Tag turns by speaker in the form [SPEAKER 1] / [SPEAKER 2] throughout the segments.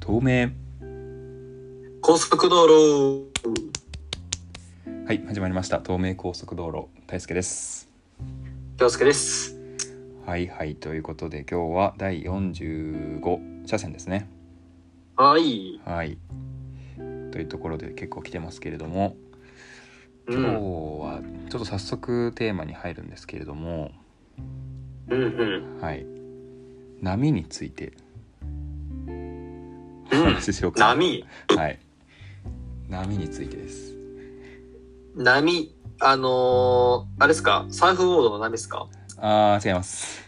[SPEAKER 1] 透明
[SPEAKER 2] 高速道路
[SPEAKER 1] はい始まりました透明高速道路大輔です
[SPEAKER 2] 京介です
[SPEAKER 1] はいはいということで今日は第45車線ですね
[SPEAKER 2] はい
[SPEAKER 1] はいというところで結構来てますけれども
[SPEAKER 2] う
[SPEAKER 1] 今日
[SPEAKER 2] ん
[SPEAKER 1] はちょっと早速テーマに入るんですけれども、
[SPEAKER 2] うんうん
[SPEAKER 1] はい波について
[SPEAKER 2] う
[SPEAKER 1] お
[SPEAKER 2] ん
[SPEAKER 1] 話ししようかな、
[SPEAKER 2] 波
[SPEAKER 1] はい波についてです
[SPEAKER 2] 波あのー、あれですかサーフボードの波ですか
[SPEAKER 1] あー違います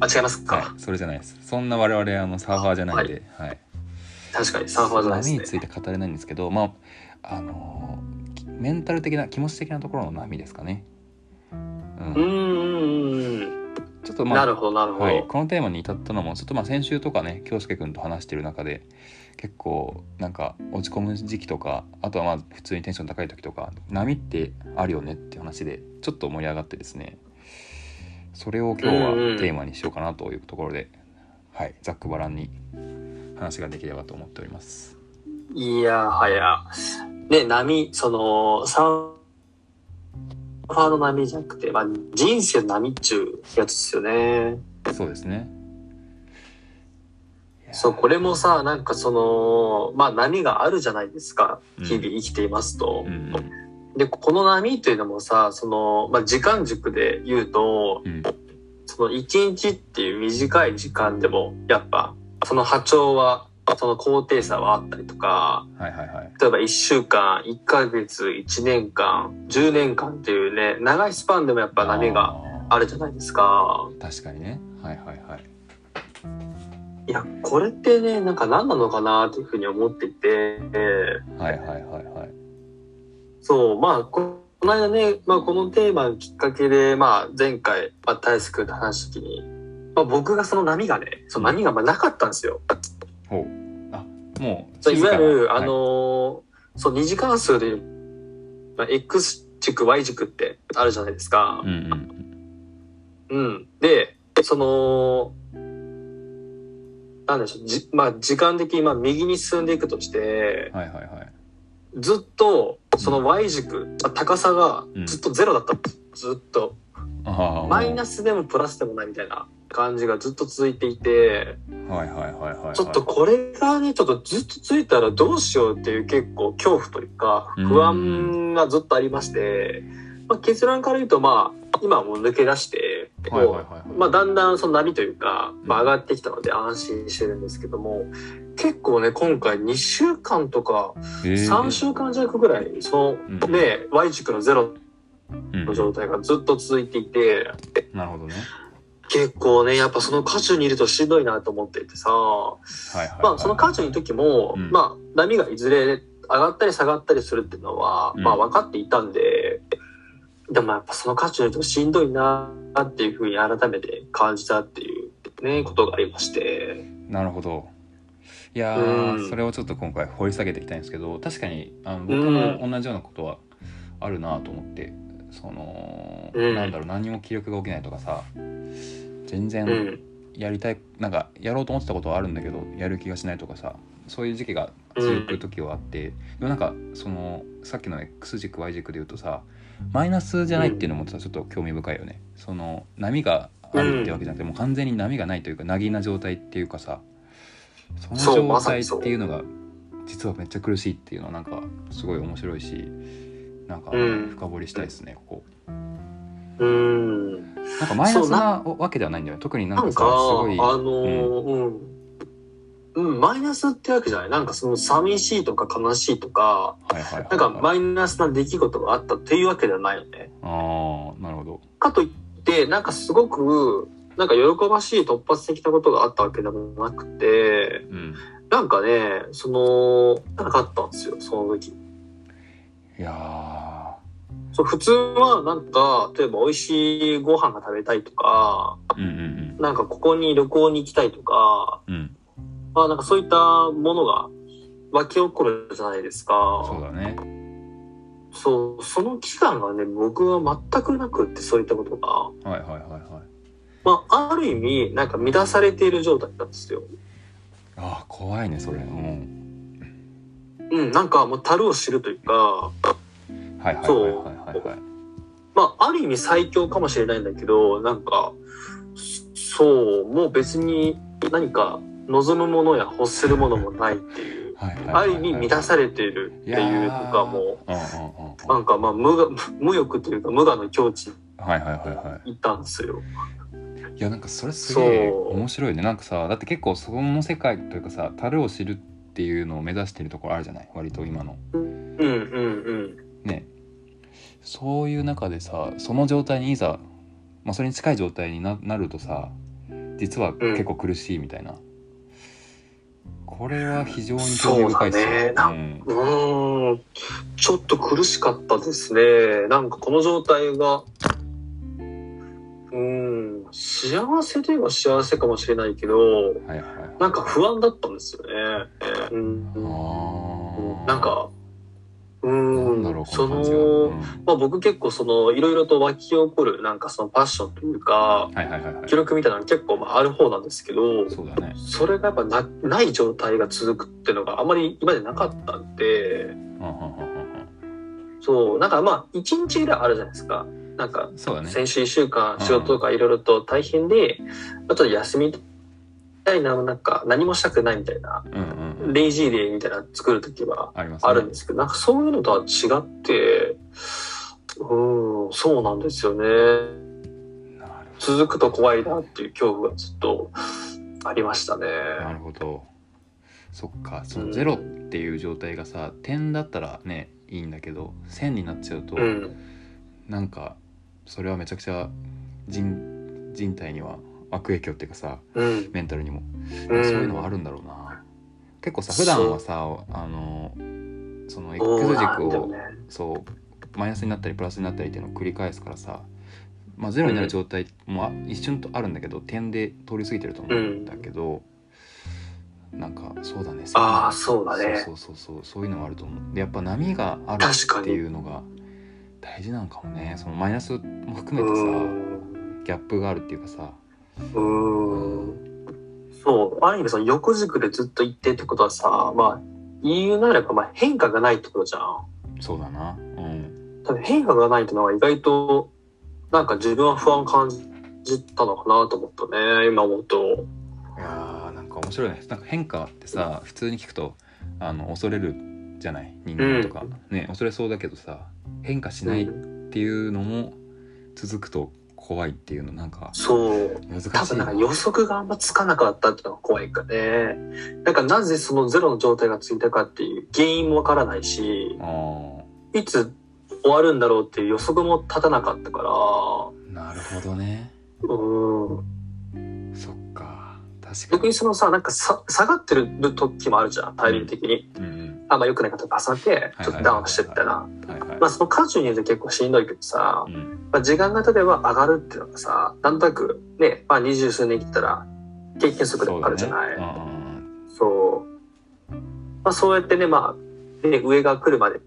[SPEAKER 2] あ違いますか、
[SPEAKER 1] はい、それじゃないです。そんな我々あのサーファーじゃないんで、はい。
[SPEAKER 2] 確かにサーファーじゃないです
[SPEAKER 1] 波
[SPEAKER 2] ね
[SPEAKER 1] について語れないんですけど、まああのーきメンタル的な気持ち的なところの波ですかね。うん
[SPEAKER 2] うんうんうんうん
[SPEAKER 1] ちょっとま
[SPEAKER 2] な
[SPEAKER 1] あ
[SPEAKER 2] るほどなるほど、
[SPEAKER 1] はい、このテーマに至ったのもちょっとまあ先週とかね京介君と話してる中で結構なんか落ち込む時期とかあとはまあ普通にテンション高い時とか波ってあるよねっていう話でちょっと盛り上がってですねそれを今日は
[SPEAKER 2] うんうん
[SPEAKER 1] テーマにしようかなというところで、はい、ざっくばらんに話ができればと思っております。
[SPEAKER 2] いやはや。ね、波、その、サーファーの波じゃなくて、まあ、人生の波っちゅうやつですよね。
[SPEAKER 1] そうですね
[SPEAKER 2] そう、これもさ、なんかその、まあ波があるじゃないですか。日々生きていますと。
[SPEAKER 1] うん
[SPEAKER 2] で、この波というのもさ、その、まあ時間軸で言うと、
[SPEAKER 1] うん
[SPEAKER 2] その一日っていう短い時間でも、やっぱ、その波長は、その高低差はあったりとか、
[SPEAKER 1] うんはいはいはい
[SPEAKER 2] 例えば1週間、1ヶ月、1年間、10年間っていうね、長いスパンでもやっぱ波が
[SPEAKER 1] あ
[SPEAKER 2] あるじゃないですか。
[SPEAKER 1] ー確かにねはいはいはい
[SPEAKER 2] いや、これってね、なんか何なのかなっていうふうに思っていて、
[SPEAKER 1] はいはいはいはい
[SPEAKER 2] そう、まあ、ここの間ね、まあこのテーマのきっかけで、まあ前回、まあ大輔と話した時に、まあ僕がその波がね、その波がまあなかったんですよ。
[SPEAKER 1] ほうあもう
[SPEAKER 2] そういわ
[SPEAKER 1] 静
[SPEAKER 2] ゆる、
[SPEAKER 1] かな
[SPEAKER 2] あのーそう、二次関数で、まあ、X 軸、Y 軸ってあるじゃないですか。
[SPEAKER 1] うんうん
[SPEAKER 2] うん。で、その、なんでしょう、じまあ、時間的に、まあ、右に進んでいくとして、
[SPEAKER 1] はいはいはい
[SPEAKER 2] ずっと、その Y 軸、まあ高さが
[SPEAKER 1] うん
[SPEAKER 2] ずっとゼロだったんです。ずっと。
[SPEAKER 1] ああ
[SPEAKER 2] マイナ
[SPEAKER 1] ス
[SPEAKER 2] スでもプラスでもないみたいな感じがずっと続いていて、
[SPEAKER 1] はいはいはいはいはい
[SPEAKER 2] ちょっとこれがね、ちょっとずっと続いたらどうしようっていう結構恐怖というか、
[SPEAKER 1] うん
[SPEAKER 2] 不安がずっとありまして、まあ、結論から言うと、まあ、今はもう抜け出して、
[SPEAKER 1] はいはい
[SPEAKER 2] もう
[SPEAKER 1] はいはい
[SPEAKER 2] まあ、だんだんその波というか、まあ、
[SPEAKER 1] うん
[SPEAKER 2] 上がってきたので安心してるんですけども、結構ね、今回2週間とか、
[SPEAKER 1] えー
[SPEAKER 2] 3週間弱ぐらい、その
[SPEAKER 1] うん
[SPEAKER 2] ね、Y 軸のゼロ
[SPEAKER 1] うん
[SPEAKER 2] の状態がずっと続いていて、
[SPEAKER 1] なるほどね
[SPEAKER 2] 結構ね、やっぱその渦中にいるとしんどいなと思っていてさ、
[SPEAKER 1] はいはいはい
[SPEAKER 2] まあ、その渦中の時も、
[SPEAKER 1] うん
[SPEAKER 2] まあ、波がいずれ上がったり下がったりするっていうのは、
[SPEAKER 1] うん
[SPEAKER 2] まあ、分かっていたんで、でもやっぱその渦中の人しんどいなっていうふうに改めて感じたっていう、ね、ことがありまして。
[SPEAKER 1] なるほどいやー
[SPEAKER 2] うん
[SPEAKER 1] それをちょっと今回掘り下げていきたいんですけど確かにあの僕も同じようなことはあるなと思ってその
[SPEAKER 2] うん
[SPEAKER 1] なんだろう何も気力が起きないとかさ全
[SPEAKER 2] う
[SPEAKER 1] 然
[SPEAKER 2] ん。
[SPEAKER 1] やりたいなんかやろうと思ってたことはあるんだけどやる気がしないとかさそういう時期が続く時はあって、でもなんかそのさっきの X 軸 Y 軸で言うとさマイナスじゃないっていうのもさちょっと興味深いよね。その波があるってわけじゃなくて、もう完全に波がないというかなぎな状態っていうかさその
[SPEAKER 2] そうま
[SPEAKER 1] 状
[SPEAKER 2] さ
[SPEAKER 1] 態
[SPEAKER 2] にそう
[SPEAKER 1] っていうのが実はめっちゃ苦しいっていうのはなんかすごい面白いしなんか
[SPEAKER 2] うん
[SPEAKER 1] 深掘りしたいですね、ここ。
[SPEAKER 2] うん。
[SPEAKER 1] なんかマイナス
[SPEAKER 2] そう
[SPEAKER 1] なわけではないんだよね特になん
[SPEAKER 2] な
[SPEAKER 1] か
[SPEAKER 2] ん
[SPEAKER 1] さ
[SPEAKER 2] か、あ
[SPEAKER 1] すごい。
[SPEAKER 2] のーうん。うん、マイナスってわけじゃない。なんかその寂しいとか悲しいとか、
[SPEAKER 1] はいはいはいはい
[SPEAKER 2] なんかマイナスな出来事があったっていうわけではないよね。
[SPEAKER 1] ああなるほど。
[SPEAKER 2] かといってなんかすごくなんか喜ばしい突発的なことがあったわけでもなくて
[SPEAKER 1] うん、
[SPEAKER 2] なんかねそのなんかあったんですよその時
[SPEAKER 1] いやー
[SPEAKER 2] そう普通はなんか例えば美味しいご飯が食べたいとか
[SPEAKER 1] うんうん
[SPEAKER 2] なんかここに旅行に行きたいとか,、
[SPEAKER 1] うんうん
[SPEAKER 2] まあ、なんかそういったものが湧き起こるじゃないです
[SPEAKER 1] そう
[SPEAKER 2] か
[SPEAKER 1] だね
[SPEAKER 2] そうその期間がね僕は全くなくってそういったことが、
[SPEAKER 1] はいはいはいはい
[SPEAKER 2] まあ、ある意味なんか乱されている状態なんですよ
[SPEAKER 1] ああ怖いねそれうん
[SPEAKER 2] うん、なんかもう樽を知るというか、
[SPEAKER 1] はいはいはい
[SPEAKER 2] そう
[SPEAKER 1] はいはいはい
[SPEAKER 2] まあ、ある意味最強かもしれないんだけど、なんか、そう、もう別に何か望むものや欲するものもないっていう、
[SPEAKER 1] はいはいはい
[SPEAKER 2] ある意味満たされているっていうのがも
[SPEAKER 1] う、うんうん
[SPEAKER 2] う、な
[SPEAKER 1] うん
[SPEAKER 2] んかまあ無我、無欲というか無我の境地に
[SPEAKER 1] はいはいはいはい
[SPEAKER 2] 行ったんですよ。
[SPEAKER 1] いやなんかそれすげえ
[SPEAKER 2] そう
[SPEAKER 1] 面白いねなんかさだって結構その世界というかさ樽を知るっていうのを目指してるところあるじゃない割と今の
[SPEAKER 2] うんうん
[SPEAKER 1] ねそういう中でさその状態にいざ、まあ、それに近い状態にななるとさ実は結構苦しいみたいな、これは非常に興味深いですよ
[SPEAKER 2] そうだ
[SPEAKER 1] うん
[SPEAKER 2] うん。うーん、ちょっと苦しかったですね。なんかこの状態が、うーん、幸せといえば幸せかもしれないけど、
[SPEAKER 1] はいはいはい
[SPEAKER 2] なんか不安だったんですよね。うん
[SPEAKER 1] あー
[SPEAKER 2] なんか、う
[SPEAKER 1] なんだろ
[SPEAKER 2] ん、
[SPEAKER 1] うこ
[SPEAKER 2] そ
[SPEAKER 1] の感じは、うん
[SPEAKER 2] の、まあ僕結構その、いろいろと湧き起こる、なんかそのパッションというか、
[SPEAKER 1] はいはいはいはい
[SPEAKER 2] 記録みたいなの結構まあある方なんですけど、
[SPEAKER 1] そうだね
[SPEAKER 2] それがやっぱなない状態が続くっていうのがあまり今までなかったんで、
[SPEAKER 1] うんうんうんうんうん
[SPEAKER 2] そう、なんかまあ一日ぐらいあるじゃないですか。なんか、
[SPEAKER 1] そうだね
[SPEAKER 2] 先週一週間仕事とかいろいろと大変で、あと休みたいな、なんか何もしたくないみたいな。
[SPEAKER 1] うんうんうん
[SPEAKER 2] レイジーデーみたいなの作るときは
[SPEAKER 1] ありますね
[SPEAKER 2] あるんですけど、なんかそういうのとは違って、うん、そうなんですよね。
[SPEAKER 1] なるほど
[SPEAKER 2] 続くと怖いなっていう恐怖がずっとありましたね。
[SPEAKER 1] なるほどそっかその
[SPEAKER 2] うん
[SPEAKER 1] ゼロっていう状態がさ点だったらねいいんだけど線になっちゃうと、
[SPEAKER 2] うん、
[SPEAKER 1] なんかそれはめちゃくちゃ人人体には悪影響っていうかさ
[SPEAKER 2] うん、
[SPEAKER 1] メンタルにも、
[SPEAKER 2] うん。
[SPEAKER 1] そういうのはあるんだろうな結構さ普段はさあのその X
[SPEAKER 2] そうな
[SPEAKER 1] 軸
[SPEAKER 2] んだよ
[SPEAKER 1] を
[SPEAKER 2] ね。
[SPEAKER 1] そうマイナスになったりプラスになったりっていうのを繰り返すからさ、まあ、ゼロになる状態もあ一瞬とあるんだけど点で通り過ぎてると思うんだけど、なんかそうだね
[SPEAKER 2] ああ、そうだね。
[SPEAKER 1] そうそうそうそうそういうのはあると思うでやっぱ波がある
[SPEAKER 2] 確かに
[SPEAKER 1] っていうのが大事なのかもねそのマイナスも含
[SPEAKER 2] う
[SPEAKER 1] めてさ、
[SPEAKER 2] ん。
[SPEAKER 1] ギャップがあるっていうかさ
[SPEAKER 2] うん。そう、ある意味その横軸でずっと言ってってことはさ、まあ、言うなればまあ変化がないってことじゃん。
[SPEAKER 1] そうだなうん
[SPEAKER 2] 多分変化がないってのは意外となんか自分は不安感じたのかなと思ったね今思うと
[SPEAKER 1] いやーなんか面白いねなんか変化ってさ普通に聞くとあの恐れるじゃない人間とか、ね恐れそうだけどさ変化しないっていうのも続くと怖いっていうのなんか
[SPEAKER 2] そう
[SPEAKER 1] 難しい
[SPEAKER 2] 多分なんか予測があんまつかなかったっていうのが怖いかねなんかなぜそのゼロの状態がついたかっていう原因もわからないし
[SPEAKER 1] あー
[SPEAKER 2] いつ終わるんだろうっていう予測も立たなかったから
[SPEAKER 1] なるほどね
[SPEAKER 2] うん
[SPEAKER 1] そっか確かに
[SPEAKER 2] 逆にそのさなんかさ下がってる時もあるじゃん体力的に、
[SPEAKER 1] うん
[SPEAKER 2] あんま良くないことが重なってちょっとダウンしてったら
[SPEAKER 1] うんはいはい
[SPEAKER 2] まあその渦中にいると結構しんどいけどさ、
[SPEAKER 1] うん
[SPEAKER 2] まあ、時間が経てば上がるっていうのがさ、なんとなくね、まあ二十数年生きたら経験則でもあるじゃな
[SPEAKER 1] そ
[SPEAKER 2] い。
[SPEAKER 1] う
[SPEAKER 2] そう,、
[SPEAKER 1] だねうんうんうん
[SPEAKER 2] まあそうやってね、まあ、ね、上が来るまで、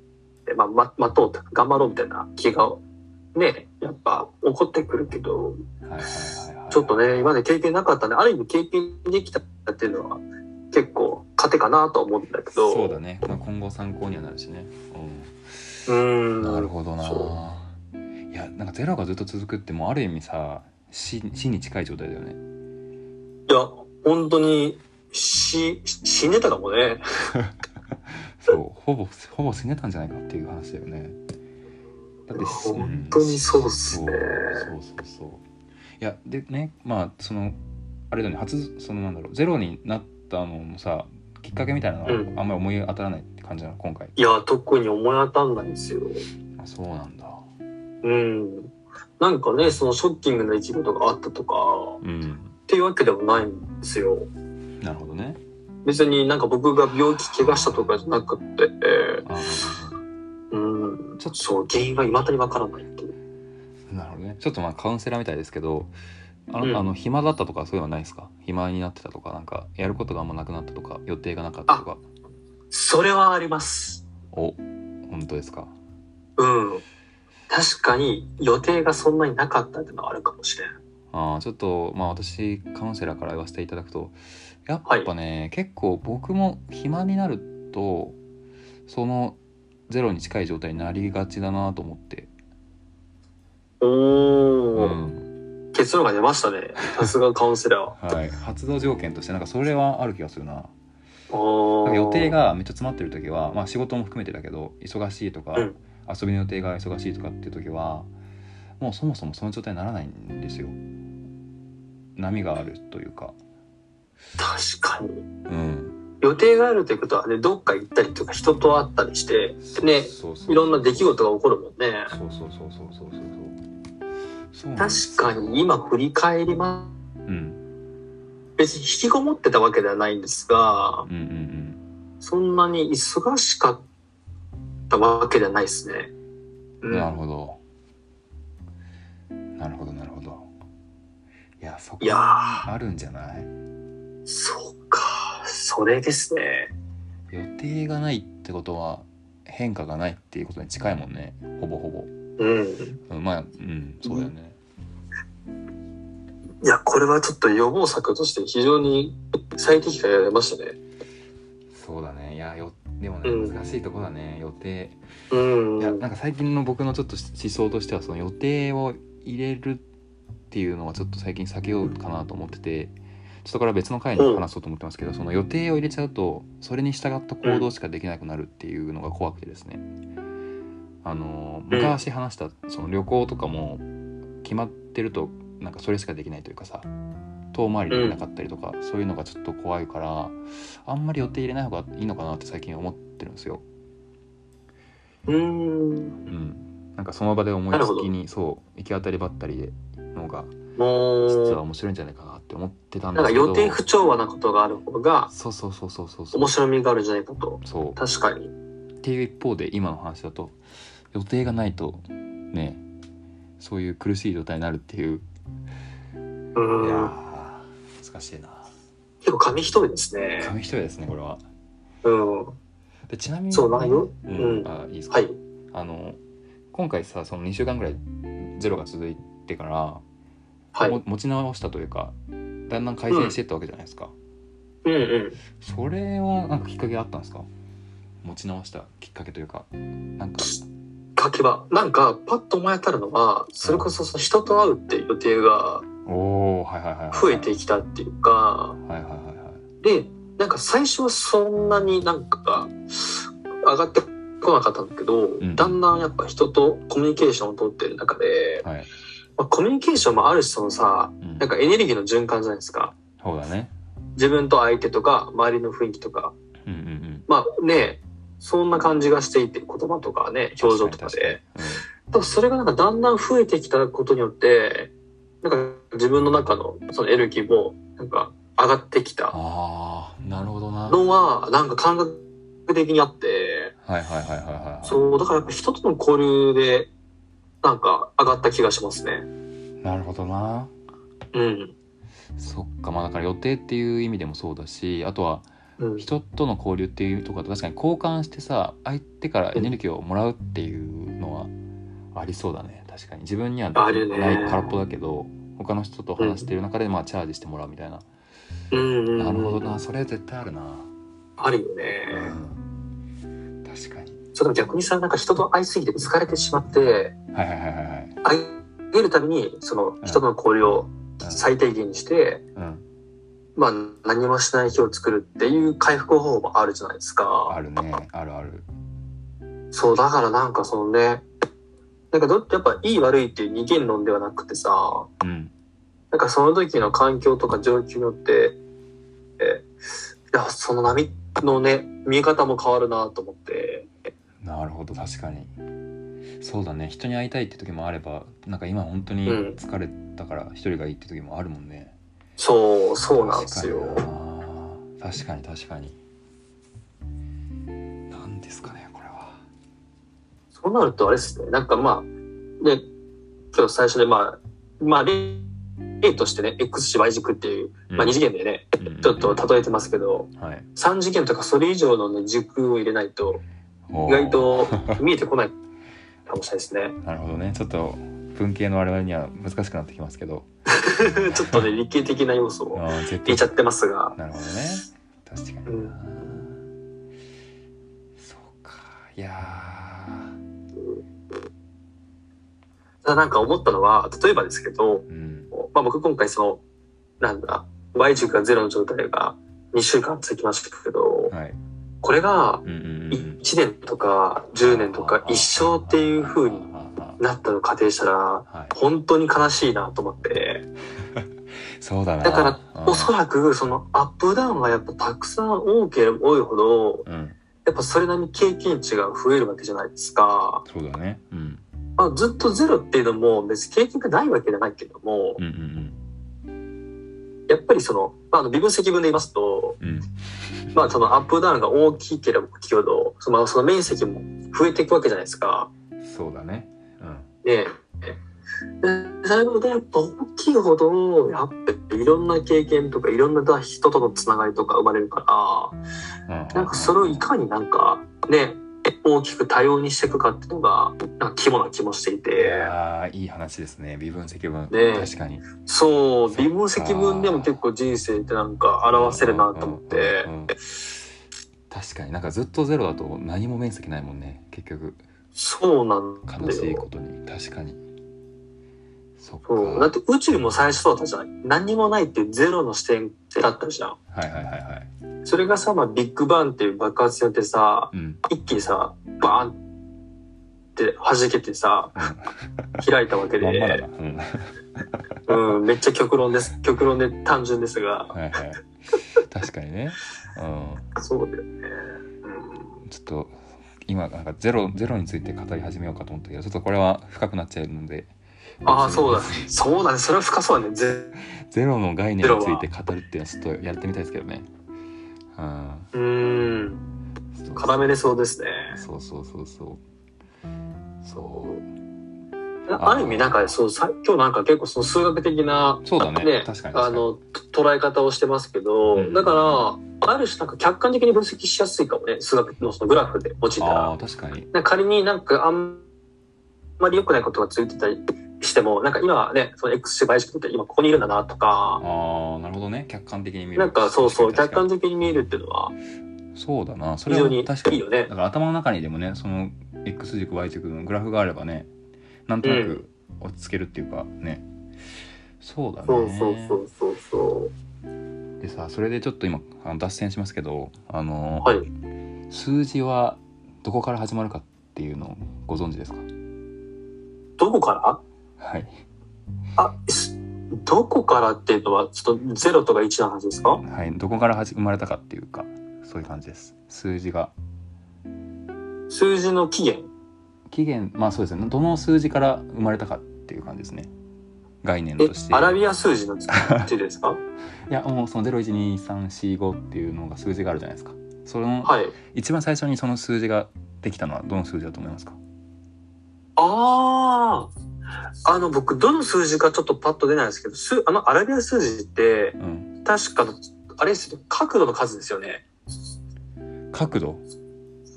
[SPEAKER 2] まあ、ま、待とうとか頑張ろうみたいな気が、ね、やっぱ起こってくるけ
[SPEAKER 1] は
[SPEAKER 2] ど、
[SPEAKER 1] いはいはいはい
[SPEAKER 2] ちょっとね、今まで経験なかったんで、ある意味経験できたっていうのは結構糧かなと思うんだけど。
[SPEAKER 1] そうだね、まあ、今後参考にはなるしね、
[SPEAKER 2] う。
[SPEAKER 1] うんん、なるほどな
[SPEAKER 2] そ
[SPEAKER 1] いやなんかゼロがずっと続くってもうある意味さ死死に近い状態だよね
[SPEAKER 2] いや、本当に死、死んでたかもね。
[SPEAKER 1] そう ほぼほぼ死ねたんじゃないかっていう話だよねだってし
[SPEAKER 2] 本当にそうっすね
[SPEAKER 1] そうそうそうそういやでねまあそのあれだよね初そのなんだろうゼロになったのもさきっかけみたいなのは
[SPEAKER 2] うん
[SPEAKER 1] あんまり思い当たらないって感じなの今回
[SPEAKER 2] いや、特に思い当たんないんですよ。
[SPEAKER 1] あそうなんだ
[SPEAKER 2] うん。なんかね、そのショッキングな出来事があったとか、
[SPEAKER 1] うん
[SPEAKER 2] っていうわけでもないんですよ。
[SPEAKER 1] なるほどね
[SPEAKER 2] 別になんか僕が病気怪我したとかじゃなくて、
[SPEAKER 1] あー
[SPEAKER 2] うん。
[SPEAKER 1] ちょっと
[SPEAKER 2] そう、原因が未だにわからないっていう。
[SPEAKER 1] なるほどね。ちょっとまあカウンセラーみたいですけど、あの,、
[SPEAKER 2] うん
[SPEAKER 1] あの暇だったとかそういうのはないですか？暇になってたとかなんかやることがあんまなくなったとか予定がなかったとか。
[SPEAKER 2] それはあります。
[SPEAKER 1] お、本当ですか？
[SPEAKER 2] うん。確かに予定がそんなになかったってのはあるかもしれん。
[SPEAKER 1] あーちょっとまあ私カウンセラーから言わせていただくとやっぱね、結構僕も暇になるとそのゼロに近い状態になりがちだなと思って、う
[SPEAKER 2] おー、
[SPEAKER 1] ん
[SPEAKER 2] 結論が出ましたね。さすがカウンセラ ー。
[SPEAKER 1] はい、発動条件としてなんかそれはある気がするな
[SPEAKER 2] お
[SPEAKER 1] なんか
[SPEAKER 2] ー
[SPEAKER 1] 予定がめっちゃ詰まってる時は、まあ、仕事も含めてだけど忙しいとか、
[SPEAKER 2] うん
[SPEAKER 1] 遊びの予定が忙しいとかっていう時はもうそもそもその状態にならないんですよ波があるというか
[SPEAKER 2] 確かに。
[SPEAKER 1] うん
[SPEAKER 2] 予定があるということはね、どっか行ったりとか人と会ったりして、ね、
[SPEAKER 1] そうそう
[SPEAKER 2] いろんな出来事が起こるもんね。
[SPEAKER 1] そうそうそうそうそうそうそうそうなんです
[SPEAKER 2] 確かに今振り返ります。
[SPEAKER 1] うん
[SPEAKER 2] 別に引きこもってたわけではないんですが、
[SPEAKER 1] うんうん
[SPEAKER 2] そんなに忙しかったわけではないですね。う
[SPEAKER 1] うんなる
[SPEAKER 2] ん、
[SPEAKER 1] ほどなるほどなるほどいやそこ
[SPEAKER 2] いやー、
[SPEAKER 1] あるんじゃない
[SPEAKER 2] そうか。それですね。
[SPEAKER 1] 予定がないってことは変化がないっていうことに近いもんねほぼほぼ
[SPEAKER 2] うん。
[SPEAKER 1] うんまあうんそうだよね
[SPEAKER 2] いや、これはちょっと予防策として非常に最適化やられましたね。
[SPEAKER 1] そうだねいやよでもね
[SPEAKER 2] うん
[SPEAKER 1] 難しいとこだね予定
[SPEAKER 2] うん。
[SPEAKER 1] いやなんか最近の僕のちょっと思想としてはその予定を入れるっていうのはちょっと最近避けようかなと思っててちょっとこれは別の回に話そうと思ってますけどその予定を入れちゃうとそれに従った行動しかできなくなるっていうのが怖くてですねあの
[SPEAKER 2] うん
[SPEAKER 1] 昔話したその旅行とかも決まってるとなんかそれしかできないというかさ遠回りできなかったりとかそういうのがちょっと怖いからあんまり予定入れない方がいいのかなって最近思ってるんですよ。
[SPEAKER 2] うん。
[SPEAKER 1] うん、なんかその場で思いつきにそう行き当たりばったりでのが
[SPEAKER 2] も
[SPEAKER 1] 実は
[SPEAKER 2] う、
[SPEAKER 1] 面白いんじゃないかなって思ってたん
[SPEAKER 2] な
[SPEAKER 1] で
[SPEAKER 2] ん
[SPEAKER 1] す
[SPEAKER 2] か
[SPEAKER 1] けど
[SPEAKER 2] 予定不調和なことがある方が
[SPEAKER 1] そうそうそうそうそうそう
[SPEAKER 2] 面白みがあるんじゃないかと。
[SPEAKER 1] そう
[SPEAKER 2] 確かに。
[SPEAKER 1] っていう一方で今の話だと予定がないとねそういう苦しい状態になるっていう、
[SPEAKER 2] う
[SPEAKER 1] いや
[SPEAKER 2] ん。
[SPEAKER 1] ー難しいな
[SPEAKER 2] 結構紙一重ですね。
[SPEAKER 1] 紙一重ですねこれは
[SPEAKER 2] うん。
[SPEAKER 1] でちなみに
[SPEAKER 2] そうなんよ
[SPEAKER 1] うん
[SPEAKER 2] うん
[SPEAKER 1] あいいですか、
[SPEAKER 2] はい。
[SPEAKER 1] あの今回さその2週間ぐらいゼロが続いてから、
[SPEAKER 2] はい。
[SPEAKER 1] も持ち直したというかだんだん改善していったわけじゃないですか、
[SPEAKER 2] うんうん。
[SPEAKER 1] それはなんかきっかけあったんですか持ち直したきっかけというかなんか
[SPEAKER 2] 書けばなんかパッと思い当たるのはそれこそその人と会うっていう予定が
[SPEAKER 1] おおはいはいはいはい
[SPEAKER 2] 増えてきたっていうか
[SPEAKER 1] はいはいはいはい
[SPEAKER 2] でなんか最初はそんなになんか上がってこなかったんだけど、
[SPEAKER 1] ん
[SPEAKER 2] だんだんやっぱ人とコミュニケーションを取ってる中で、
[SPEAKER 1] はい、
[SPEAKER 2] まあ、コミュニケーションもあるしそのさ
[SPEAKER 1] うん、
[SPEAKER 2] なんかエネルギーの循環じゃないですか
[SPEAKER 1] そうだね
[SPEAKER 2] 自分と相手とか周りの雰囲気とか
[SPEAKER 1] うんうんうん
[SPEAKER 2] まあねそんな感じがしていて言葉とかね表情とかで。だからそれがなんかだんだん増えてきたことによって、なんか自分の中のそのエネルギーもなんか上がってきた
[SPEAKER 1] ああーなるほどなはい
[SPEAKER 2] のは、なんか感覚的にあって、
[SPEAKER 1] はいはいはいはいはい
[SPEAKER 2] そう、だからやっぱ人との交流で、なんか上がった気がしますね。
[SPEAKER 1] なるほどな
[SPEAKER 2] うん。
[SPEAKER 1] そっかまあだから予定っていう意味でもそうだしあとは
[SPEAKER 2] うん。
[SPEAKER 1] 人との交流っていうとこだと確かに交換してさ相手からエネルギーをもらうっていうのはありそうだね確かに自分にはな
[SPEAKER 2] あ
[SPEAKER 1] い
[SPEAKER 2] るね
[SPEAKER 1] 空っぽだけど他の人と話してる中でまあチャージしてもらうみたいな、
[SPEAKER 2] うんうん。
[SPEAKER 1] なるほどな。それ絶対あるな、
[SPEAKER 2] あるよ
[SPEAKER 1] う
[SPEAKER 2] ね。
[SPEAKER 1] ん、確かに
[SPEAKER 2] それでも逆にさ、なんか人と会いすぎて疲れてしまって、
[SPEAKER 1] はいはいはいはいはい
[SPEAKER 2] 会えるたびに、その人との交流を最低限にして、
[SPEAKER 1] うん、うん
[SPEAKER 2] まあ、何もしない日を作るっていう回復方法もあるじゃないです
[SPEAKER 1] あ
[SPEAKER 2] か。
[SPEAKER 1] るねあるある
[SPEAKER 2] そう、だからなんかそのね、なんかど、やっぱいい悪いっていう二元論ではなくてさ、
[SPEAKER 1] うん
[SPEAKER 2] なんかその時の環境とか状況によって、え、いや、その波のね、見え方も変わるなと思って、
[SPEAKER 1] なるほど確かにそうだね人に会いたいって時もあればなんか今本当に
[SPEAKER 2] うん
[SPEAKER 1] 疲れたから一人がいいって時もあるもんね、
[SPEAKER 2] そう、そうなんですよ。
[SPEAKER 1] 確かに確かに何ですかねこれは
[SPEAKER 2] そうなるとあれですね、なんかまあ、ね、今日最初でまあ、まあ、例例としてね、X 軸 Y 軸っていう、まあ二次元でね、ちょっと例えてますけど、
[SPEAKER 1] はい
[SPEAKER 2] 3次元とかそれ以上の、ね、軸を入れないと意外と見えてこないかもしれないですね。
[SPEAKER 1] なるほどねちょっと文系の我々には難しくなってきますけど
[SPEAKER 2] ちょっとね、理 系的な要素を
[SPEAKER 1] あー絶
[SPEAKER 2] 入れ
[SPEAKER 1] 対
[SPEAKER 2] ちゃってますが、
[SPEAKER 1] なるほどね確かにな、そうかいや
[SPEAKER 2] ただなんか思ったのは、例えばですけど
[SPEAKER 1] ー、うん
[SPEAKER 2] まあ僕今回その、なんだ、Y 軸がゼロの状態が2週間続きましたけど、
[SPEAKER 1] はい
[SPEAKER 2] これが
[SPEAKER 1] うんうんうん
[SPEAKER 2] 1年とか10年とか一生っていう風に
[SPEAKER 1] あ
[SPEAKER 2] なったのを仮定したら、
[SPEAKER 1] ーはい
[SPEAKER 2] 本当に悲しいなと思って、
[SPEAKER 1] そうだな
[SPEAKER 2] だからおそらくそのアップダウンがやっぱたくさん多ければ多いほど、
[SPEAKER 1] うん
[SPEAKER 2] やっぱそれなりに経験値が増えるわけじゃないですか。
[SPEAKER 1] そうだねうん
[SPEAKER 2] まあ、ずっとゼロっていうのも別に経験がないわけじゃないけども、
[SPEAKER 1] うんうん
[SPEAKER 2] やっぱりその、まあ、あの微分積分で言いますと、
[SPEAKER 1] うんうん
[SPEAKER 2] まあ、そのアップダウンが大きければ大きいほど、そのまあその面積も増えていくわけじゃないですか。
[SPEAKER 1] そうだねうん
[SPEAKER 2] ねでそれでやっぱ大きいほど、やっぱいろんな経験とかいろんな人とのつながりとか生まれるから、なんかそれをいかになんかね、大きく多様にしていくかっていうのが、なんか肝な気もしてい
[SPEAKER 1] い
[SPEAKER 2] て。
[SPEAKER 1] やーいい話ですね微分積分、
[SPEAKER 2] ね
[SPEAKER 1] 確かに
[SPEAKER 2] そう、
[SPEAKER 1] そっか
[SPEAKER 2] 微分積分でも結構人生ってなんか表せるなと思って
[SPEAKER 1] うんうんうんうん確かになんかずっとゼロだと何も面積ないもんね結局
[SPEAKER 2] そうなん
[SPEAKER 1] 悲
[SPEAKER 2] だ
[SPEAKER 1] しい
[SPEAKER 2] よ
[SPEAKER 1] ことに確かにそっか
[SPEAKER 2] そうだって宇宙も最初そうだったじゃん何もないっていうゼロの視点だったじゃん
[SPEAKER 1] はいはいはいはい
[SPEAKER 2] それがさ、まあ、ビッグバンっていう爆発によってさ
[SPEAKER 1] うん
[SPEAKER 2] 一気にさバーンって弾け てさ開いたわけで、
[SPEAKER 1] まんまだな、うん、はい
[SPEAKER 2] うん、めっちゃ極論です極論で単純ですが
[SPEAKER 1] はい確かにね、う
[SPEAKER 2] そうだよね、
[SPEAKER 1] ん、ちょっと今なんかゼロゼロについて語り始めようかと思ったけどちょっとこれは深くなっちゃうので
[SPEAKER 2] うん、ああそうだそうだねそれは深そうだねゼ
[SPEAKER 1] ゼロの概念について語るっていうのはちょっとやってみたいですけどねうん
[SPEAKER 2] うーん
[SPEAKER 1] そう
[SPEAKER 2] 絡めれそうですね
[SPEAKER 1] そうそうそうそうそう
[SPEAKER 2] ある意味なんかそうさ今日なんか結構その数学的な
[SPEAKER 1] そうだね確かに確かに
[SPEAKER 2] あのと捉え方をしてますけど、
[SPEAKER 1] うん
[SPEAKER 2] だからある種なんか客観的に分析しやすいかもね数学のそのグラフで用いた
[SPEAKER 1] あ
[SPEAKER 2] ら
[SPEAKER 1] あ確かに
[SPEAKER 2] なんか仮になんかあんまり良くないことがついてたりしてもなんか今ねその X 軸 Y 軸って今ここにいるんだなとか
[SPEAKER 1] ああなるほどね客観的に見る
[SPEAKER 2] なんかそうそう
[SPEAKER 1] 確
[SPEAKER 2] 客
[SPEAKER 1] かに
[SPEAKER 2] 観的に見えるっていうのは
[SPEAKER 1] そうだなそ
[SPEAKER 2] 非
[SPEAKER 1] れ
[SPEAKER 2] 常
[SPEAKER 1] は
[SPEAKER 2] に
[SPEAKER 1] 確か
[SPEAKER 2] いい
[SPEAKER 1] に
[SPEAKER 2] よね
[SPEAKER 1] だから頭の中にでもねその X 軸 Y 軸のグラフがあればねなんとなく落ち着けるっていうかね、そうだね
[SPEAKER 2] そうそうそうそうそう
[SPEAKER 1] でさそれでちょっと今あの脱線しますけどあの、
[SPEAKER 2] はい
[SPEAKER 1] 数字はどこから始まるかっていうのをご存知ですか
[SPEAKER 2] どこから
[SPEAKER 1] はい
[SPEAKER 2] あしどこからっていうのはちょっと0とか1の話ですか
[SPEAKER 1] はい、どこからはじ生まれたかっていうかそういう感じです数字が
[SPEAKER 2] 数字の起源
[SPEAKER 1] 起源まあそうですねどの数字から生まれたかっていう感じですね概念
[SPEAKER 2] え
[SPEAKER 1] として
[SPEAKER 2] アラビア数字 のっていうですか
[SPEAKER 1] いやもうその012345っていうのが数字があるじゃないですかその、
[SPEAKER 2] はい
[SPEAKER 1] 一番最初にその数字ができたのはどの数字だと思いますか
[SPEAKER 2] あああの僕どの数字かちょっとパッと出ないですけど数あのアラビア数字って
[SPEAKER 1] うん
[SPEAKER 2] 確かあれですよ角度の数ですよね
[SPEAKER 1] 角度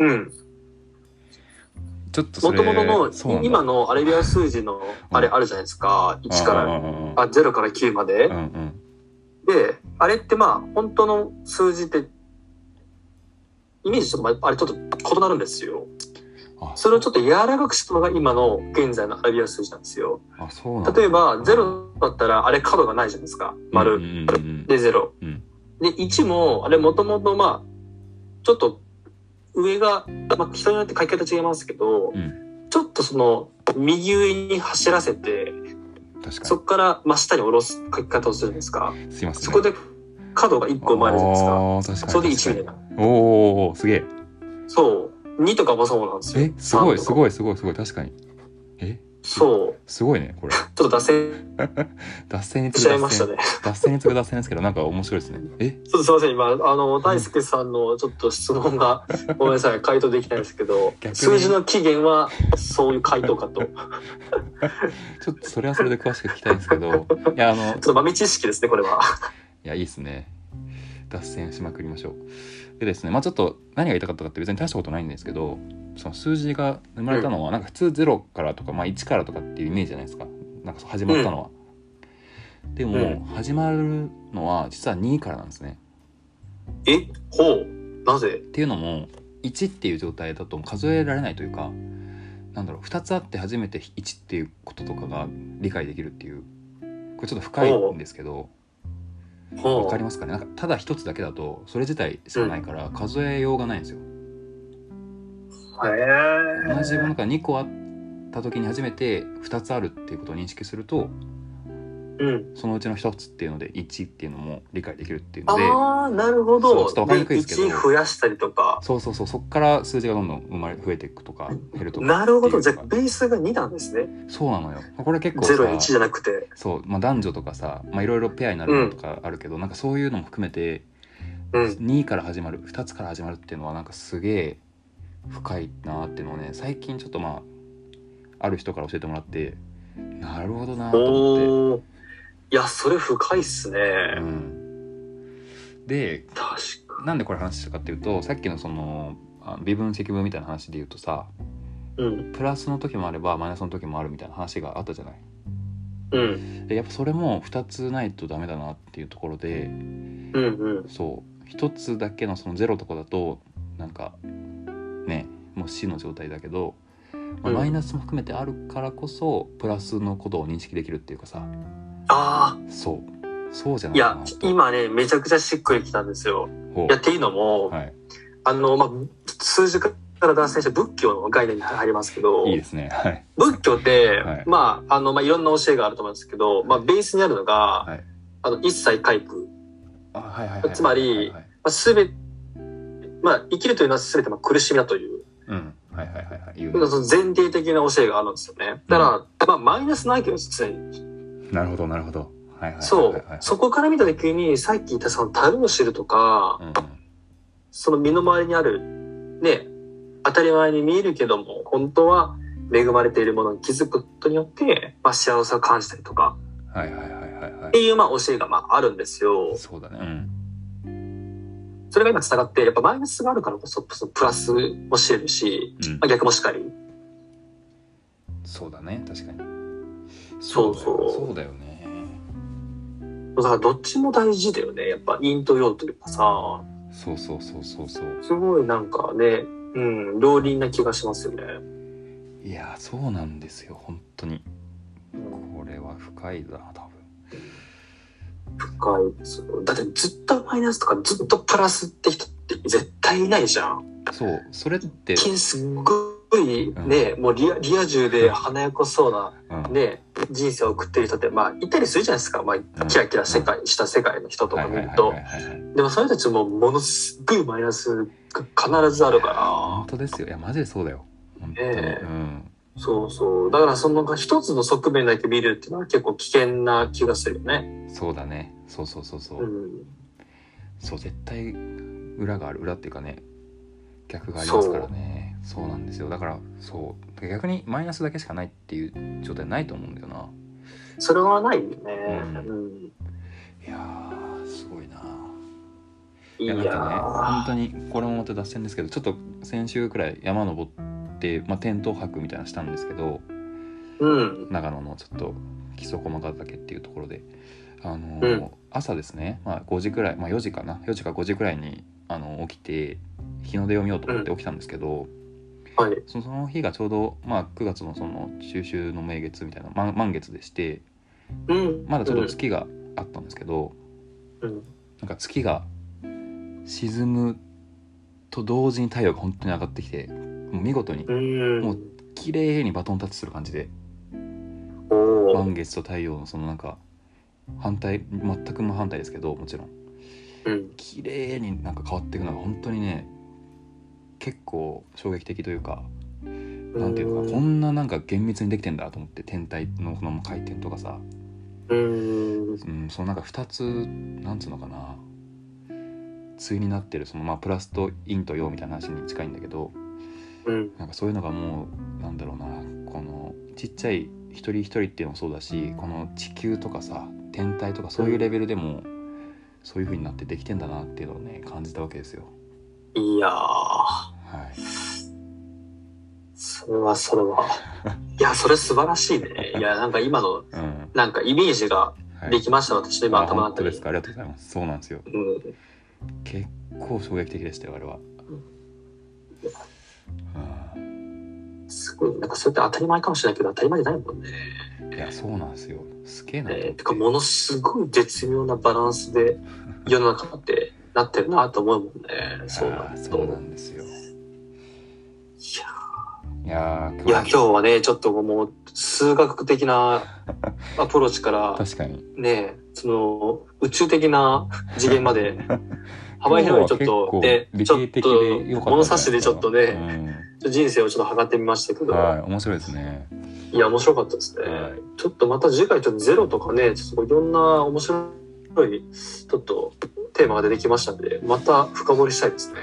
[SPEAKER 2] うん
[SPEAKER 1] ちょっとそ
[SPEAKER 2] も
[SPEAKER 1] れ
[SPEAKER 2] ともと
[SPEAKER 1] そうな
[SPEAKER 2] の
[SPEAKER 1] んだ
[SPEAKER 2] 今のアラビア数字のあれあるじゃないですか1か
[SPEAKER 1] う
[SPEAKER 2] ら
[SPEAKER 1] んうんうん
[SPEAKER 2] あ0から9まで
[SPEAKER 1] うんうん
[SPEAKER 2] であれってまあ本当の数字ってイメージとまああれちょっと異なるんですよ
[SPEAKER 1] あ
[SPEAKER 2] それをちょっと柔らかくしたのが今の現在のアラビア数字なんですよ
[SPEAKER 1] あそうなんだ
[SPEAKER 2] 例えば0だったらあれ角がないじゃないですか丸、
[SPEAKER 1] うんうんうんうん
[SPEAKER 2] で0、
[SPEAKER 1] うん
[SPEAKER 2] で1もあれもともとまあちょっと上が、まあ、人によって書き方違いますけど、
[SPEAKER 1] う
[SPEAKER 2] ちょっとその右上に走らせて
[SPEAKER 1] 確か
[SPEAKER 2] そこから真下に下ろす書き方をするんですか
[SPEAKER 1] にすいません
[SPEAKER 2] そこで角が1個生まれるじゃないですか
[SPEAKER 1] あー確かに
[SPEAKER 2] それで
[SPEAKER 1] 確かに
[SPEAKER 2] 1ミリ
[SPEAKER 1] おー
[SPEAKER 2] な
[SPEAKER 1] おーおーすげえ
[SPEAKER 2] そう2とかもそうなんですよ
[SPEAKER 1] えすごいす
[SPEAKER 2] い
[SPEAKER 1] ごいすごいすごい確かにえ
[SPEAKER 2] そう
[SPEAKER 1] すごいねこれ
[SPEAKER 2] ちょっと脱線
[SPEAKER 1] 脱線に
[SPEAKER 2] し
[SPEAKER 1] 次
[SPEAKER 2] ち
[SPEAKER 1] ぐ
[SPEAKER 2] ゃいま
[SPEAKER 1] 脱
[SPEAKER 2] した
[SPEAKER 1] 線、
[SPEAKER 2] ね
[SPEAKER 1] 脱線に次ぐ脱線ですけどなんか面白いですねえ
[SPEAKER 2] ちょっとすいません今あの大輔さんのちょっと質 問がごめんなさい回答できないですけど
[SPEAKER 1] 逆に
[SPEAKER 2] 数字の起源はそういう回答か とちょ
[SPEAKER 1] ちょっとそれはそれで詳しく聞きたいんですけどいやあの
[SPEAKER 2] っと豆知識ですねこれは。
[SPEAKER 1] いやいいですね脱線しまくりましょう。でですね、まあちょっと何が言いたかったかって別に大したことないんですけど、その数字が生まれたのは、なんか普通0からとか、まあ1からとかっていうイメージじゃないですか。なんかそう始まったのは。で
[SPEAKER 2] うん
[SPEAKER 1] も、始まるのは実は2からなんですね。
[SPEAKER 2] えほうなぜ
[SPEAKER 1] っていうのも、1っていう状態だと数えられないというか、なんだろう、2つあって初めて1っていうこととかが理解できるっていう、これちょっと深いんですけど、
[SPEAKER 2] ほう
[SPEAKER 1] わかりますかねなんかただ一つだけだとそれ自体しかないから数えようがないんですよ、
[SPEAKER 2] へ
[SPEAKER 1] 同じも
[SPEAKER 2] え
[SPEAKER 1] のが2個あった時に初めて2つあるっていうことを認識すると
[SPEAKER 2] うん
[SPEAKER 1] そのうちの1つっていうので1っていうのも理解できるっていうので
[SPEAKER 2] ああなるほ
[SPEAKER 1] そうち
[SPEAKER 2] ど
[SPEAKER 1] ょっとわかりにくいですけど
[SPEAKER 2] 1増やしたりとか
[SPEAKER 1] そうそうそうそっから数字がどんどん生まれ増えていくとか減るとか
[SPEAKER 2] なるほど
[SPEAKER 1] って
[SPEAKER 2] じ
[SPEAKER 1] い
[SPEAKER 2] ゃ
[SPEAKER 1] う
[SPEAKER 2] あ
[SPEAKER 1] のが
[SPEAKER 2] ベースが2なんですね
[SPEAKER 1] そうなのよこれ結構さ
[SPEAKER 2] 01じゃなくて
[SPEAKER 1] そう、まあ、男女とかさまあいろいろペアになるのとかあるけど、なんかそういうのも含めて
[SPEAKER 2] うん
[SPEAKER 1] 2から始まる2つから始まるっていうのはなんかすげえ深いなっていうのをね最近ちょっとまあある人から教えてもらってなるほどなと思っ
[SPEAKER 2] おおいやそれ深いっすね、
[SPEAKER 1] て、うん、で
[SPEAKER 2] 確か
[SPEAKER 1] なんでこれ話したかっていうとさっきのそのあ微分積分みたいな話で言うとさ
[SPEAKER 2] うん
[SPEAKER 1] プラスの時もあればマイナスの時もあるみたいな話があったじゃない
[SPEAKER 2] うん
[SPEAKER 1] でやっぱそれも2つないとダメだなっていうところで
[SPEAKER 2] うんうん
[SPEAKER 1] そう一つだけのそのゼロとかだとなんかねもう死の状態だけど、まあ
[SPEAKER 2] うん
[SPEAKER 1] マイナスも含めてあるからこそプラスのことを認識できるっていうかさ
[SPEAKER 2] あ
[SPEAKER 1] そうそうじゃ
[SPEAKER 2] あ
[SPEAKER 1] ないいか
[SPEAKER 2] や
[SPEAKER 1] なと
[SPEAKER 2] 今ねめちゃくちゃしっくりきたんですよ
[SPEAKER 1] ほ
[SPEAKER 2] いやっていうのも、
[SPEAKER 1] うはい
[SPEAKER 2] あのまあ数字から脱線して仏教の概念に入りますけど
[SPEAKER 1] いいですねはい
[SPEAKER 2] 仏教って、
[SPEAKER 1] はい
[SPEAKER 2] まああのまあいろんな教えがあると思うんですけど、まあベースにあるのが、
[SPEAKER 1] はい
[SPEAKER 2] あの一切皆苦、
[SPEAKER 1] あはいはいはい
[SPEAKER 2] つまり
[SPEAKER 1] はいはい
[SPEAKER 2] まあ、全てまあ生きるというのは全てまあ苦しみだという
[SPEAKER 1] うんはいはいはいはい言う
[SPEAKER 2] そ
[SPEAKER 1] ね
[SPEAKER 2] の前提的な教えがあるんですよね。だから、まあ、マイナスないけど、常に。
[SPEAKER 1] なるほどなるほどはいはい
[SPEAKER 2] そ
[SPEAKER 1] はいうはい。
[SPEAKER 2] そこから見たときに、さっき言ったその樽を知るとか、
[SPEAKER 1] うんうん
[SPEAKER 2] その身の回りにある、ね、当たり前に見えるけども、本当は恵まれているものに気づくことによって、まあ、幸せを感じたりとか、
[SPEAKER 1] はいはいはいはいは
[SPEAKER 2] っていう、まあ、教えが、まあ、あるんですよ
[SPEAKER 1] い。そうだねうん
[SPEAKER 2] それが今繋がって、やっぱマイナスがあるからこそ、そのプラスも知れるし、
[SPEAKER 1] うん
[SPEAKER 2] まあ、逆もしっかり。
[SPEAKER 1] そうだね確かに
[SPEAKER 2] そう
[SPEAKER 1] だよ
[SPEAKER 2] そう
[SPEAKER 1] そうだよね
[SPEAKER 2] だから、どっちも大事だよね。やっぱ、陰と陽というかさ、
[SPEAKER 1] そうそうそうそうそう
[SPEAKER 2] すごいなんかね、うん、両輪な気がしますよね。
[SPEAKER 1] いやーそうなんですよ本当にこれは深いな多
[SPEAKER 2] 深いですよ。だってずっとマイナスとかずっとプラスって人って絶対いないじゃん。
[SPEAKER 1] 分そうそれって、
[SPEAKER 2] 金すっごいね、もうリアリア充で華やかそうな
[SPEAKER 1] うん
[SPEAKER 2] ね、人生を送ってる人って、まあ、いたりするじゃないですか。まあ、キラキラ世界、した世界の人と
[SPEAKER 1] は
[SPEAKER 2] か
[SPEAKER 1] いはい
[SPEAKER 2] 見る
[SPEAKER 1] はい
[SPEAKER 2] と
[SPEAKER 1] は。いはいはい
[SPEAKER 2] でもそれたちもものすっごいマイナスが必ずある
[SPEAKER 1] 本
[SPEAKER 2] か
[SPEAKER 1] 当ですよいやマジでそうだよ本当に、
[SPEAKER 2] ねえ
[SPEAKER 1] うん
[SPEAKER 2] ら。そうそう。だからその一つの側面だけ見るっていうのは結構危険な気がするよね。
[SPEAKER 1] そうだねそうそうそうそう、
[SPEAKER 2] うん。
[SPEAKER 1] そう絶対裏がある裏っていうかね逆がありますからねそうなんですよだからそう逆にマイナスだけしかないっていう状態ないと思うんだよな
[SPEAKER 2] それはないよね。
[SPEAKER 1] う
[SPEAKER 2] うん。
[SPEAKER 1] いやーすごいないい
[SPEAKER 2] い
[SPEAKER 1] やなん
[SPEAKER 2] やー
[SPEAKER 1] かね本当にこれもまた脱線ですけどちょっと先週くらい山登って、まあ、テント泊みたいなのしたんですけど
[SPEAKER 2] うん。
[SPEAKER 1] 長野のちょっと木曽駒ヶ岳っていうところで、あの
[SPEAKER 2] う
[SPEAKER 1] ー
[SPEAKER 2] ん
[SPEAKER 1] 朝ですね、まあ、5時くらい、まあ、4時かな4時か5時くらいに、あの起きて日の出を見ようと思って起きたんですけど、
[SPEAKER 2] はい。
[SPEAKER 1] そその日がちょうど、まあ、9月のその中秋の名月みたいな、ま、満月でして
[SPEAKER 2] うん。
[SPEAKER 1] まだちょうど月があったんですけど、
[SPEAKER 2] うん。
[SPEAKER 1] なんか月が沈むと同時に太陽が本当に上がってきてもう見事に
[SPEAKER 2] うん。
[SPEAKER 1] もう綺麗にバトンタッチする感じで
[SPEAKER 2] お
[SPEAKER 1] 満
[SPEAKER 2] ー
[SPEAKER 1] 月と太陽のそのなんか反対全く無反対ですけどもちろん
[SPEAKER 2] うん。
[SPEAKER 1] 綺麗になんか変わっていくのが本当にね結構衝撃的というかなんていうのかなこんななんか厳密にできてんだと思って天体のこの回転とかさ、
[SPEAKER 2] う
[SPEAKER 1] う
[SPEAKER 2] ん。
[SPEAKER 1] ん、そのなんか2つなんつうのかな対になってるそのまあプラスと陰と陽みたいな話に近いんだけど
[SPEAKER 2] うん。
[SPEAKER 1] なんかそういうのがもうなんだろうなこのちっちゃい一人一人っていうのもそうだしこの地球とかさ天体とかそういうレベルでもそういう風になってできてんだなっていうのをね感じたわけですよ。
[SPEAKER 2] いやー、
[SPEAKER 1] はい、
[SPEAKER 2] それはそ れは。いや、それ素晴らしいね。いや、なんか今の、
[SPEAKER 1] うん
[SPEAKER 2] なんかイメージが
[SPEAKER 1] はい、
[SPEAKER 2] できました、私の今
[SPEAKER 1] あ
[SPEAKER 2] 頭の
[SPEAKER 1] 本当
[SPEAKER 2] 中
[SPEAKER 1] です
[SPEAKER 2] に。
[SPEAKER 1] かありがとうございます。そうなんですよ。
[SPEAKER 2] うん、
[SPEAKER 1] 結構衝撃的でしたよあれは。うん
[SPEAKER 2] すごい。なんかそれって当たり前かもしれないけど、当たり前じゃないもんね。
[SPEAKER 1] いやそうなんですよ。すげえなと思っ
[SPEAKER 2] えー、
[SPEAKER 1] て
[SPEAKER 2] てか、ものすごい絶妙なバランスで世の中ってなってるなと思うもんね。そ
[SPEAKER 1] あ
[SPEAKER 2] うな
[SPEAKER 1] ー
[SPEAKER 2] ん
[SPEAKER 1] そうなんですよ。
[SPEAKER 2] いや
[SPEAKER 1] いやー
[SPEAKER 2] いや今日はねちょっともう数学的なアプローチから
[SPEAKER 1] 確かに
[SPEAKER 2] ねその宇宙的な次元ま で幅広いちょっとで
[SPEAKER 1] 今日
[SPEAKER 2] ち
[SPEAKER 1] は
[SPEAKER 2] ょっ
[SPEAKER 1] 結構
[SPEAKER 2] と
[SPEAKER 1] 理系的で良かったんじゃないですか
[SPEAKER 2] 物差しでちょっとね、
[SPEAKER 1] う
[SPEAKER 2] 人生をちょっと測ってみましたけ
[SPEAKER 1] ん
[SPEAKER 2] ど、
[SPEAKER 1] はい面白いですね。
[SPEAKER 2] い、や面白かったですね、
[SPEAKER 1] はい
[SPEAKER 2] ちょっとまた次回ちょっとゼロとかねちょっといろんな面白いちょっとテーマが出てきましたんでまた深掘りしたいですね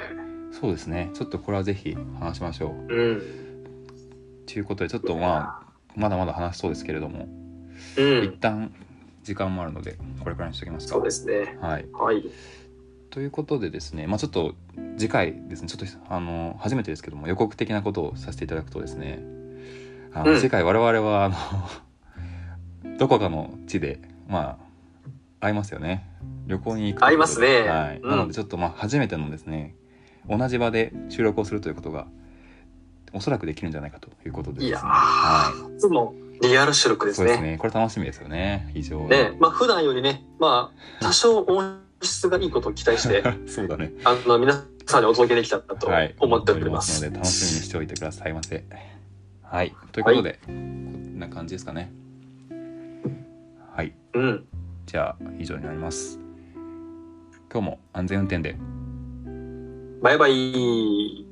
[SPEAKER 1] そうですね。ちょっとこれはぜひ話しましょう。
[SPEAKER 2] うん
[SPEAKER 1] ということでちょっとまあまだまだ話しそうですけれども、
[SPEAKER 2] う
[SPEAKER 1] 一
[SPEAKER 2] ん
[SPEAKER 1] 旦時間もあるのでこれからにしておきますか。
[SPEAKER 2] そうですね
[SPEAKER 1] はい。
[SPEAKER 2] はい
[SPEAKER 1] ということでですね、まあ、ちょっと次回ですねちょっとあの初めてですけども予告的なことをさせていただくとですねあの、
[SPEAKER 2] うん
[SPEAKER 1] 次回我々はあの どこかの地でまあ会いますよね旅行に行くということで
[SPEAKER 2] 会いますね
[SPEAKER 1] はい
[SPEAKER 2] うん
[SPEAKER 1] なのでちょっとまあ初めてのですね同じ場で収録をするということがおそらくできるんじゃないかということでです
[SPEAKER 2] い
[SPEAKER 1] ね
[SPEAKER 2] やー
[SPEAKER 1] はい
[SPEAKER 2] つもリアル収録です
[SPEAKER 1] そうで
[SPEAKER 2] ね
[SPEAKER 1] すねこれ楽しみですよね非常に、
[SPEAKER 2] ね、まあ普段よりね、まあ多少音質がいいことを期待して
[SPEAKER 1] そうだね
[SPEAKER 2] あの皆さんにお届けできたらと
[SPEAKER 1] はい、
[SPEAKER 2] 思っております。
[SPEAKER 1] 思っておりますので楽しみにしておいてくださいませ。はい、ということで、こんな感じですかね。はい、
[SPEAKER 2] うん、
[SPEAKER 1] じゃあ以上になります。今日も安全運転で。
[SPEAKER 2] バイバイ。